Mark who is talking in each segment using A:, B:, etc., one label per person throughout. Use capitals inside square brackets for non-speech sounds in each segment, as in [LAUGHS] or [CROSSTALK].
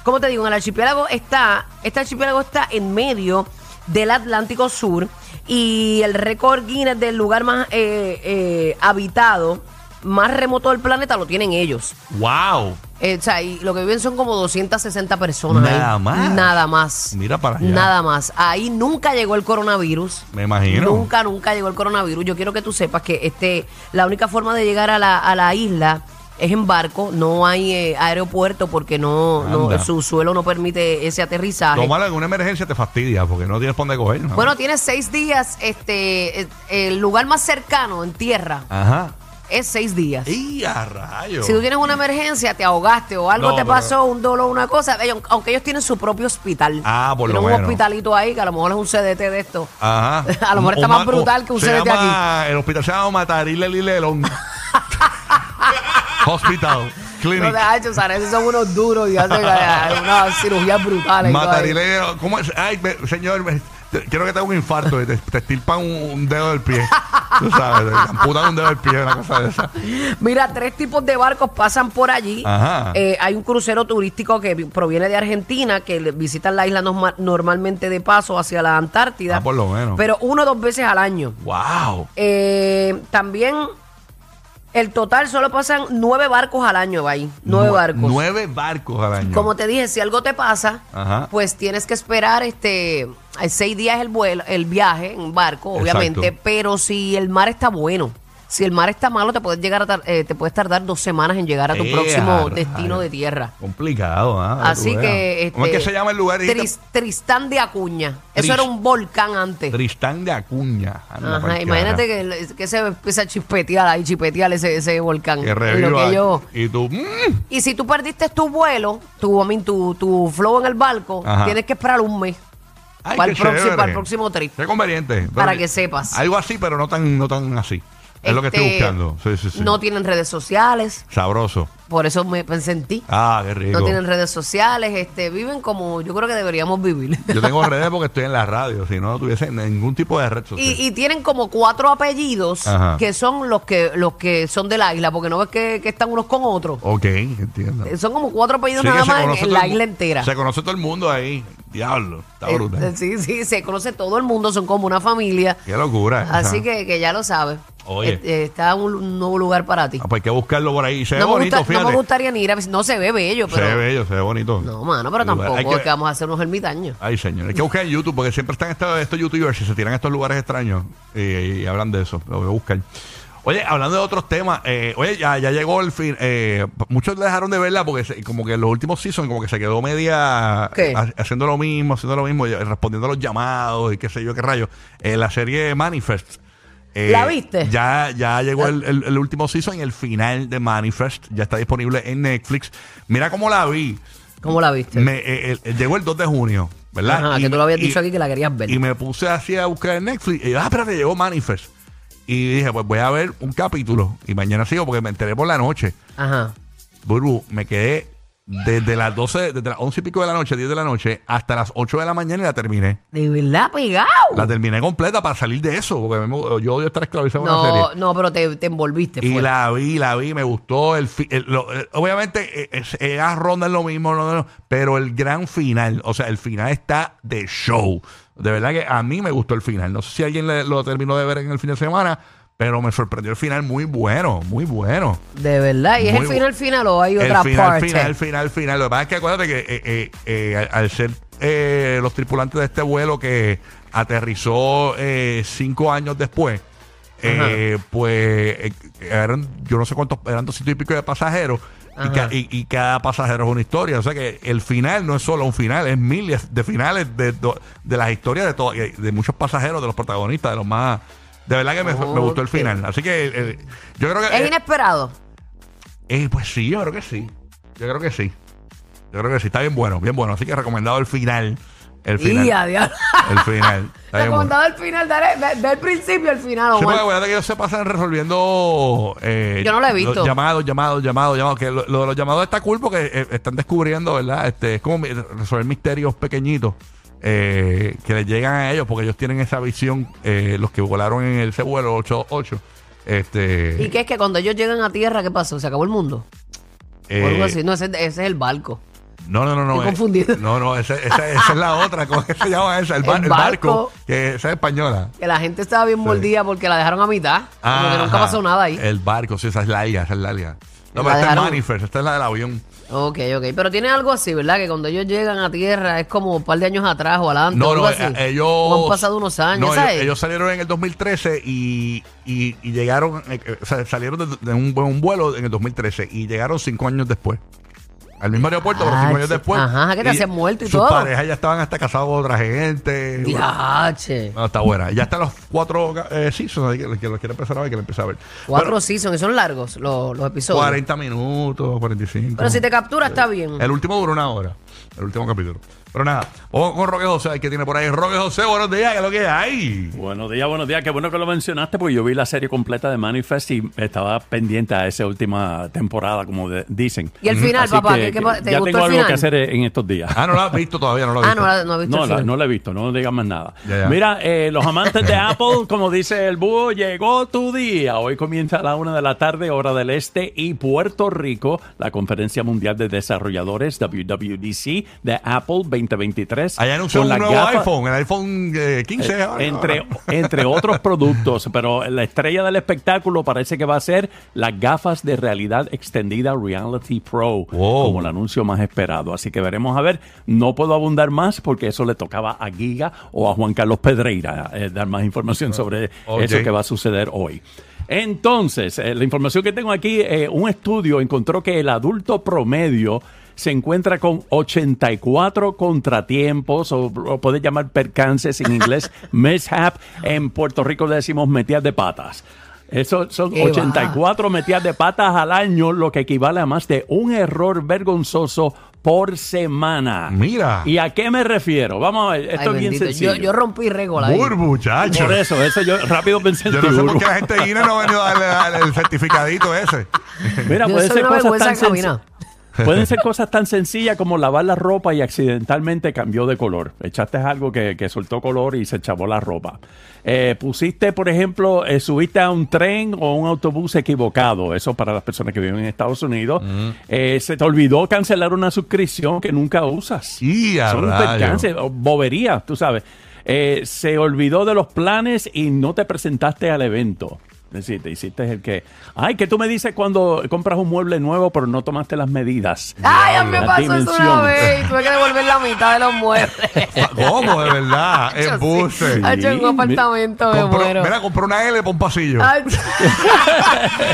A: ¿Cómo te digo? En el archipiélago está. Este archipiélago está en medio del Atlántico Sur. Y el récord Guinness del lugar más eh, eh, habitado, más remoto del planeta, lo tienen ellos.
B: Wow.
A: Eh, o sea, y lo que viven son como 260 personas.
B: Nada
A: ahí.
B: más.
A: Nada más.
B: Mira para allá.
A: Nada más. Ahí nunca llegó el coronavirus.
B: Me imagino.
A: Nunca, nunca llegó el coronavirus. Yo quiero que tú sepas que este, la única forma de llegar a la, a la isla es en barco. No hay eh, aeropuerto porque no, no-
B: Anda.
A: su suelo no permite ese aterrizaje.
B: Tomarlo en una emergencia te fastidia porque no tienes por dónde coger. ¿no?
A: Bueno, tiene seis días. Este, eh, el lugar más cercano en tierra
B: Ajá.
A: es seis días.
B: ¡Y a rayos!
A: Si tú tienes una emergencia, te ahogaste o algo
B: No,
A: te
B: pero-
A: pasó, un dolor, una cosa, ellos- aunque ellos tienen su propio hospital.
B: Ah, por lo
A: Tienen un
B: menos. Ah,
A: hospitalito ahí que a lo mejor es un CDT de esto.
B: Ajá.
A: [LAUGHS] A lo mejor está
B: O
A: más
B: ma-
A: brutal
B: o-
A: que un
B: se
A: CDT
B: llama- El hospital se llama Matarile
A: [LAUGHS]
B: Lilelón. Hospital.
A: No
B: Clinic.
A: te hagas, Sara, esos son unos eh, duros y hacen eh, unas cirugías brutales. y todo ahí.
B: Matarile Lilelón. ¿Cómo es? Ay, me- señor, me- te- quiero que te haga un infarto y te, te estirpan un, un dedo del pie. Tú sabes, te amputan un dedo del pie, una cosa
A: [LAUGHS]
B: de esa.
A: Mira, tres tipos de barcos pasan por allí.
B: Ajá.
A: Eh, hay un crucero turístico que vi- proviene de Argentina, que le- visitan la isla norma- normalmente de paso hacia la Antártida.
B: Ah, por lo menos.
A: Pero uno o dos veces al año.
B: ¡Wow!
A: Eh, también, el total solo pasan nueve barcos al año, ahí. Nueve
B: Nue-
A: barcos.
B: Nueve barcos al año.
A: Como te dije, si algo te pasa,
B: Ajá.
A: pues tienes que esperar este eh, seis días el vuelo, el viaje en barco,
B: Exacto.
A: obviamente. Pero si el mar está bueno, si el mar está malo, te puedes llegar a tar- eh, te puedes tardar dos semanas en llegar a tu
B: Eh,
A: próximo
B: a
A: destino
B: rayos.
A: de tierra.
B: Complicado, ¿ah? Para
A: Así
B: tú
A: que,
B: veas. ¿Cómo es
A: este,
B: que se llama el lugar? dijiste?
A: Tris- Tristán de Acuña.
B: Tris-
A: Eso era un volcán antes.
B: Tristán de Acuña. Anda
A: Ajá,
B: pa'l
A: imagínate
B: carajo.
A: que, que se empieza a chispetear ahí, chispetear ese, ese volcán.
B: Que
A: En lo
B: reviva.
A: que yo-
B: Y tú. mm,
A: y si tú perdiste tu vuelo, tu, I mean, tu, tu flow en el barco,
B: Ajá.
A: tienes que esperar un mes.
B: ay,
A: Para el
B: qué
A: próximo-
B: chévere.
A: para el próximo trip.
B: Qué conveniente.
A: Para que sepas.
B: Algo así, pero no tan, no tan así. Es lo que estoy
A: Este,
B: buscando. Sí, sí, sí.
A: No tienen redes sociales,
B: Sabroso.
A: por eso me pensé en ti.
B: Ah, qué rico.
A: No tienen redes sociales, este, viven como yo creo que deberíamos vivir.
B: [LAUGHS] Yo tengo redes porque estoy en la radio. Si no, no tuviese ningún tipo de red social.
A: Y, y tienen como cuatro apellidos
B: Ajá.
A: que son los que los que son de la isla, porque no ves que, que están unos con otros.
B: ok, entiendo.
A: Eh, Son como cuatro apellidos
B: Oh. Sí, que
A: nada
B: se
A: más en,
B: conoce
A: en
B: todo
A: la
B: el mu-
A: isla entera.
B: Se conoce todo el mundo ahí. Diablo, está
A: Eh,
B: brutal.
A: eh, sí, sí, se conoce todo el mundo, son como una familia.
B: Qué locura.
A: Así
B: Ajá.
A: que, que ya lo sabes.
B: Oye.
A: Eh, eh, Está un, un nuevo lugar para ti.
B: Ah, pues hay que buscarlo por ahí. Se ve
A: No me,
B: bonito,
A: gusta- no
B: fíjate.
A: me gustaría ni ir a vis- No se ve bello,
B: se
A: pero.
B: ve bello, se ve bonito.
A: No, mano, pero
B: El lugar.
A: tampoco
B: Hay
A: es que vamos a hacer unos ermitaños.
B: Ay, señor. Hay que buscar en YouTube, porque siempre están estos, estos youtubers y se tiran a estos lugares extraños y, y hablan de eso. Lo voy a buscar. Oye, hablando de otros temas, eh, oye, ya, ya llegó el fin. eh, muchos dejaron de verla porque se- como que en los últimos seasons como que se quedó media
A: ¿Qué?
B: ha- haciendo lo mismo, haciendo lo mismo, y respondiendo a los llamados y qué sé yo, qué rayos. Eh, la serie Manifest. eh,
A: ¿La viste? Ah.
B: Ya, ya llegó el, el- el último season y el final de Manifest ya está disponible en Netflix. Mira cómo la vi.
A: ¿Cómo la viste?
B: Me, eh, eh, llegó el 2 de junio, ¿verdad?
A: Ajá,
B: Y
A: que tú
B: me-
A: lo habías
B: y-
A: dicho aquí que la querías ver.
B: Y me puse así a buscar en Netflix. Y yo, ah, espérate, llegó Manifest. Y dije, pues voy a ver un capítulo. Y mañana sigo porque me enteré por la noche.
A: Ajá.
B: Burbu, me quedé desde las 12, desde las 11 y pico de la noche, 10 de la noche, hasta las 8 de la mañana y la terminé.
A: De verdad, pegado.
B: La terminé completa para salir de eso. Porque a mí me- yo odio estar esclavizado en una serie.
A: No, no, pero te, te envolviste.
B: Y
A: fue.
B: la vi, la vi, me gustó. El fi- el- lo- eh, obviamente, eh, es- eh, las rondas es lo mismo, no, no, no, pero el gran final, o sea, el final está de show. De verdad que a mí me gustó el final. No sé si alguien le- lo terminó de ver en el fin de semana, pero me sorprendió el final muy bueno, muy bueno.
A: De verdad. ¿Y es
B: Muy
A: el
B: bu-
A: final, final o hay
B: El
A: otra
B: final,
A: parte?
B: final, final, final. Lo que pasa es que acuérdate que eh, eh, eh, al- al ser eh, los tripulantes de este vuelo que aterrizó eh, cinco años después, eh, pues eh, eran, yo no sé cuántos, eran doscientos y pico de pasajeros. Y, ca- y- y cada pasajero es una historia. O sea que el final no es solo un final, es miles de finales de, do- de las historias de, todo- de muchos pasajeros, de los protagonistas, de los más. De verdad que me, me gustó el
A: Ok.
B: final. Así que eh, yo creo que.
A: Es
B: eh,
A: inesperado.
B: eh, pues sí, yo creo que sí. Yo creo que sí. Yo creo que sí. Está bien bueno, bien bueno. Así que recomendado el final. El final.
A: Y adiós. [LAUGHS]
B: El final.
A: Te
B: Está bien bueno.
A: contaba el final, dale, ve- ve el principio al final,
B: Sí,
A: Omar.
B: porque acuérdate que ellos se pasan resolviendo. eh,
A: Yo no lo he visto.
B: los Llamados, llamados, llamados, llamados. Que lo, lo de los llamados está cool porque eh, están descubriendo, ¿verdad? Este, es como mi- resolver misterios pequeñitos eh, que les llegan a ellos porque ellos tienen esa visión, eh, los que volaron en ese vuelo 828. Este,
A: ¿Y qué es que cuando ellos llegan a tierra, qué pasó? ¿Se acabó el mundo?
B: eh,
A: o algo así. No, ese, ese es el barco.
B: No, no, no, no.
A: Estoy
B: eh,
A: confundido.
B: No, no, esa, esa- esa es la otra. ¿Cómo que se
A: [LAUGHS]
B: llama esa? El, bar-
A: El
B: el barco.
A: barco.
B: Que esa es española.
A: Que la gente estaba bien mordida porque la dejaron a mitad. Como que nunca
B: Ah, Ajá. Eh.
A: pasó nada ahí.
B: El barco, sí, esa es larga, esa es larga.
A: La
B: No, pero esta es
A: dejaron-
B: Manifest, esta es la del avión.
A: Ok, ok. Pero tiene algo así, ¿verdad? Que cuando ellos llegan a tierra es como un par de años atrás o adelante.
B: No,
A: o algo
B: no,
A: así.
B: eh, ellos.
A: O han pasado unos años,
B: no,
A: ¿sabes?
B: Ellos, ellos salieron en el 2013 y, y, y llegaron. eh, eh, o sea, salieron de, de un, un vuelo en el 2013 y llegaron cinco años después. Al mismo aeropuerto, pero
A: Ah,
B: cinco años
A: sí.
B: después.
A: Ajá, que te
B: Y
A: hacían muerto y
B: sus
A: todo.
B: parejas ya estaban hasta casados con otra gente.
A: Diache.
B: No, está buena. Ya están los cuatro eh, seasons. Así que el que lo quiera empezar a ver, que lo empiece a ver.
A: Cuatro
B: Bueno,
A: seasons, y son largos los, los episodios.
B: 40 minutos, 45.
A: Pero si te captura, está bien.
B: El último duró una hora. El último capítulo. Pero nada, vamos con Roque José, el que tiene por ahí. Roque José, buenos días, ¿qué es lo que hay?
C: Buenos días, buenos días. Qué bueno que lo mencionaste porque yo vi la serie completa de Manifest y estaba pendiente a esa última temporada, como de- dicen.
A: Y el final,
C: Así
A: papá,
C: que-
A: ¿qué- qué- te
C: ya
A: gustó el
C: tengo algo
A: final?
C: que hacer en estos días.
B: Ah, no lo has visto todavía, no lo has
A: Ah,
B: visto.
A: no, la- no he visto
C: No,
A: el
C: la,
A: final.
C: no la he visto, no digas más nada.
B: Ya, ya.
C: Mira, eh, los amantes de Apple, como dice el búho, llegó tu día. Hoy comienza a la una de la tarde, hora del este, y Puerto Rico, la Conferencia Mundial de Desarrolladores, WWDC, de Apple 2023.
B: Allá anunció
C: con
B: un
C: las
B: nuevo
C: gafas-
B: iPhone, el iPhone eh, 15.
C: eh,
B: ahora.
C: entre, entre otros productos, pero la estrella del espectáculo parece que va a ser las gafas de realidad extendida Reality Pro,
B: Wow.
C: como el anuncio más esperado. Así que veremos a ver, no puedo abundar más porque eso le tocaba a Giga o a Juan Carlos Pedreira eh, dar más información sobre
B: Ok.
C: eso que va a suceder hoy. Entonces, eh, la información que tengo aquí, eh, un estudio encontró que el adulto promedio se encuentra con 84 contratiempos, o, o puede llamar percances en inglés, mishap. En Puerto Rico le decimos metidas de patas. Eso son
A: Qué va.
C: 84 metidas de patas al año, lo que equivale a más de un error vergonzoso por semana.
B: Mira.
C: ¿Y a qué me refiero? Vamos a ver,
A: Ay,
C: esto es bien
A: bendito.
C: sencillo.
A: Yo, yo rompí récord ahí.
B: Burbu, chacho.
C: Por eso, eso yo rápido pensé en
B: Yo no sé
C: tiburón.
B: por qué la gente de INE no ha venido a darle, darle el certificadito
C: [LAUGHS]
B: ese.
C: Mira,
A: Yo
C: puede
A: soy
C: ser
A: una
C: cosas tan
A: vergüenza en
C: senc-
A: cabina.
C: Pueden ser cosas tan sencillas como lavar la ropa y accidentalmente cambió de color. Echaste algo que, que soltó color y se chavó la ropa. Eh, pusiste, por ejemplo, eh, subiste a un tren o un autobús equivocado. Eso para las personas que viven en Estados Unidos. Eh, se te olvidó cancelar una suscripción que nunca usas.
B: Y a
C: Son
B: rayo.
C: percances, [LAUGHS] o boberías, tú sabes. Eh, se olvidó de los planes y no te presentaste al evento. Es decir, te hiciste el que. Ay, que tú me dices cuando compras un mueble nuevo, pero no tomaste las medidas.
A: Ay, a mí me
C: La
A: pasó eso una
C: dimensión.
A: vez. y Tuve que devolver la mitad de los muebles.
B: ¿Cómo? De verdad. Es buce.
A: Ha hecho en un
C: Sí,
A: apartamento, me
B: Compró,
A: muero.
B: mira, compró una L por un pasillo.
A: Ay, [LAUGHS]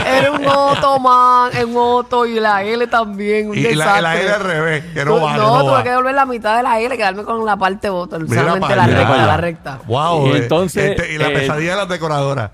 A: Era un Otto, man. Un Otto y la L también. Un
B: y y la,
A: desastre.
B: la L al revés, que no
A: Tu-
B: vale.
A: no,
B: No,
A: tuve que
B: vale.
A: devolver la mitad de la L, quedarme con la parte bota,
B: Mira
A: solamente
B: pa'
A: la
B: allá.
A: recta, la recta.
B: Wow.
C: Y
B: eh,
C: entonces,
B: este, y la
C: eh,
B: pesadilla de las decoradoras.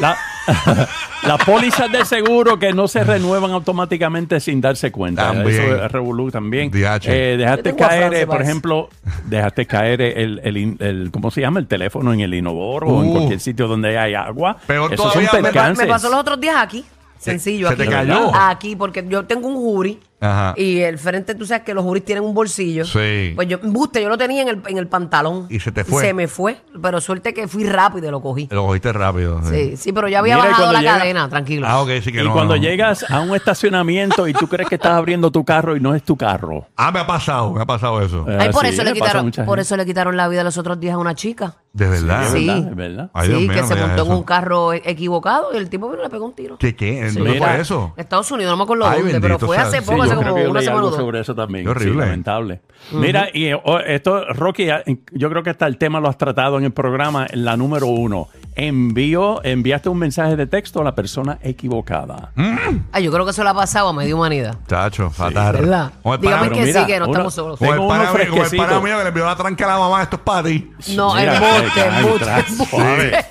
C: La- [LAUGHS] Las pólizas de seguro que no se renuevan automáticamente sin darse cuenta.
B: También.
C: Eso es revolú también.
B: DH.
C: Eh,
A: Yo
C: dejaste
A: tengo a
C: caer,
A: Francia
C: eh, por
A: para eso.
C: ejemplo, dejaste caer el, el in- el- ¿cómo se llama? El teléfono en el inodoro o en
B: Uh.
C: cualquier sitio donde hay agua.
B: Peor
C: Esos
B: todavía,
C: son
B: me- me-
A: Me pa-
C: percances.
A: Me pasó los otros días aquí. Sencillo,
B: se
A: aquí. Ah,
B: te cayó.
A: Aquí, porque yo tengo un jury.
B: Ajá.
A: Y el frente, tú sabes que los juris tienen un bolsillo.
B: Sí.
A: Pues yo, buste, yo lo tenía en el, en el pantalón.
B: Y se te fue.
A: Se me fue. Pero suerte que fui rápido y lo cogí.
B: Lo cogiste rápido. eh.
A: Sí, sí, pero ya había
C: Mira, y
A: bajado la
C: cuando llega-
A: cadena, tranquilo.
B: Ah, ok, sí que
C: y
B: no,
C: cuando
B: no.
C: llegas a un estacionamiento y tú crees que estás abriendo tu carro y no es tu carro.
B: Ah, me ha pasado, me ha pasado eso.
C: Eh,
A: Ay, por
C: sí,
A: eso le
C: pasa a
A: quitaron,
C: mucha
A: por
C: gente.
A: eso le quitaron la vida los otros días a una chica.
B: De verdad.
C: Es
A: Sí.
C: verdad, es verdad.
B: Ah, Ay,
A: sí,
B: Dios mío,
A: que
B: no
A: se
B: me digas
A: montó en
B: eso.
A: un carro e- equivocado y el tipo vino y le pegó un tiro.
B: ¿Qué qué? ¿Dónde
C: Mira.
B: fue eso?
A: Estados Unidos, no me acuerdo
B: Ay,
A: dónde,
B: bendito
A: pero fue
B: sea
A: hace
B: el
A: poco,
B: Señor.
A: hace
C: Yo creo
A: como
C: que yo
A: una
C: leí
A: semana o
C: algo
A: dos.
C: sobre eso también.
B: Qué
C: Sí,
B: horrible.
C: lamentable. Mira, y eh, o- esto, Rocky, ya, en- yo creo que hasta el tema lo has tratado en el programa, en la número uno. Envío, enviaste un mensaje de texto a la persona equivocada.
B: Mm.
A: Ay, yo creo que eso le ha pasado a media humanidad.
B: Chacho, fatal.
A: ¿Verdad?
B: Como el
A: Dígame
B: pana,
A: que sí, que no estamos solos.
B: como el
C: Tengo
B: pana
C: uno
B: mío- como el pana
C: fresquecito.
B: mío que le envió la tranca a la mamá, esto es para ti.
A: No,
C: Mira,
A: el bote,
C: ay,
A: el bote,
C: tras,
A: el bote.
C: suave. [LAUGHS]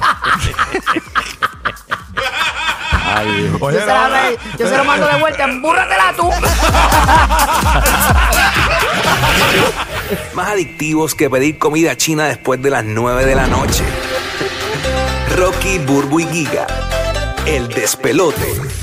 C: Ay, Dios.
B: Oye,
A: yo, se la
B: no,
A: re- yo se lo mando de vuelta, embúrratela tú.
D: Más adictivos que pedir comida china después de las 9 de la noche. Rocky, Burbu y Giga. El despelote.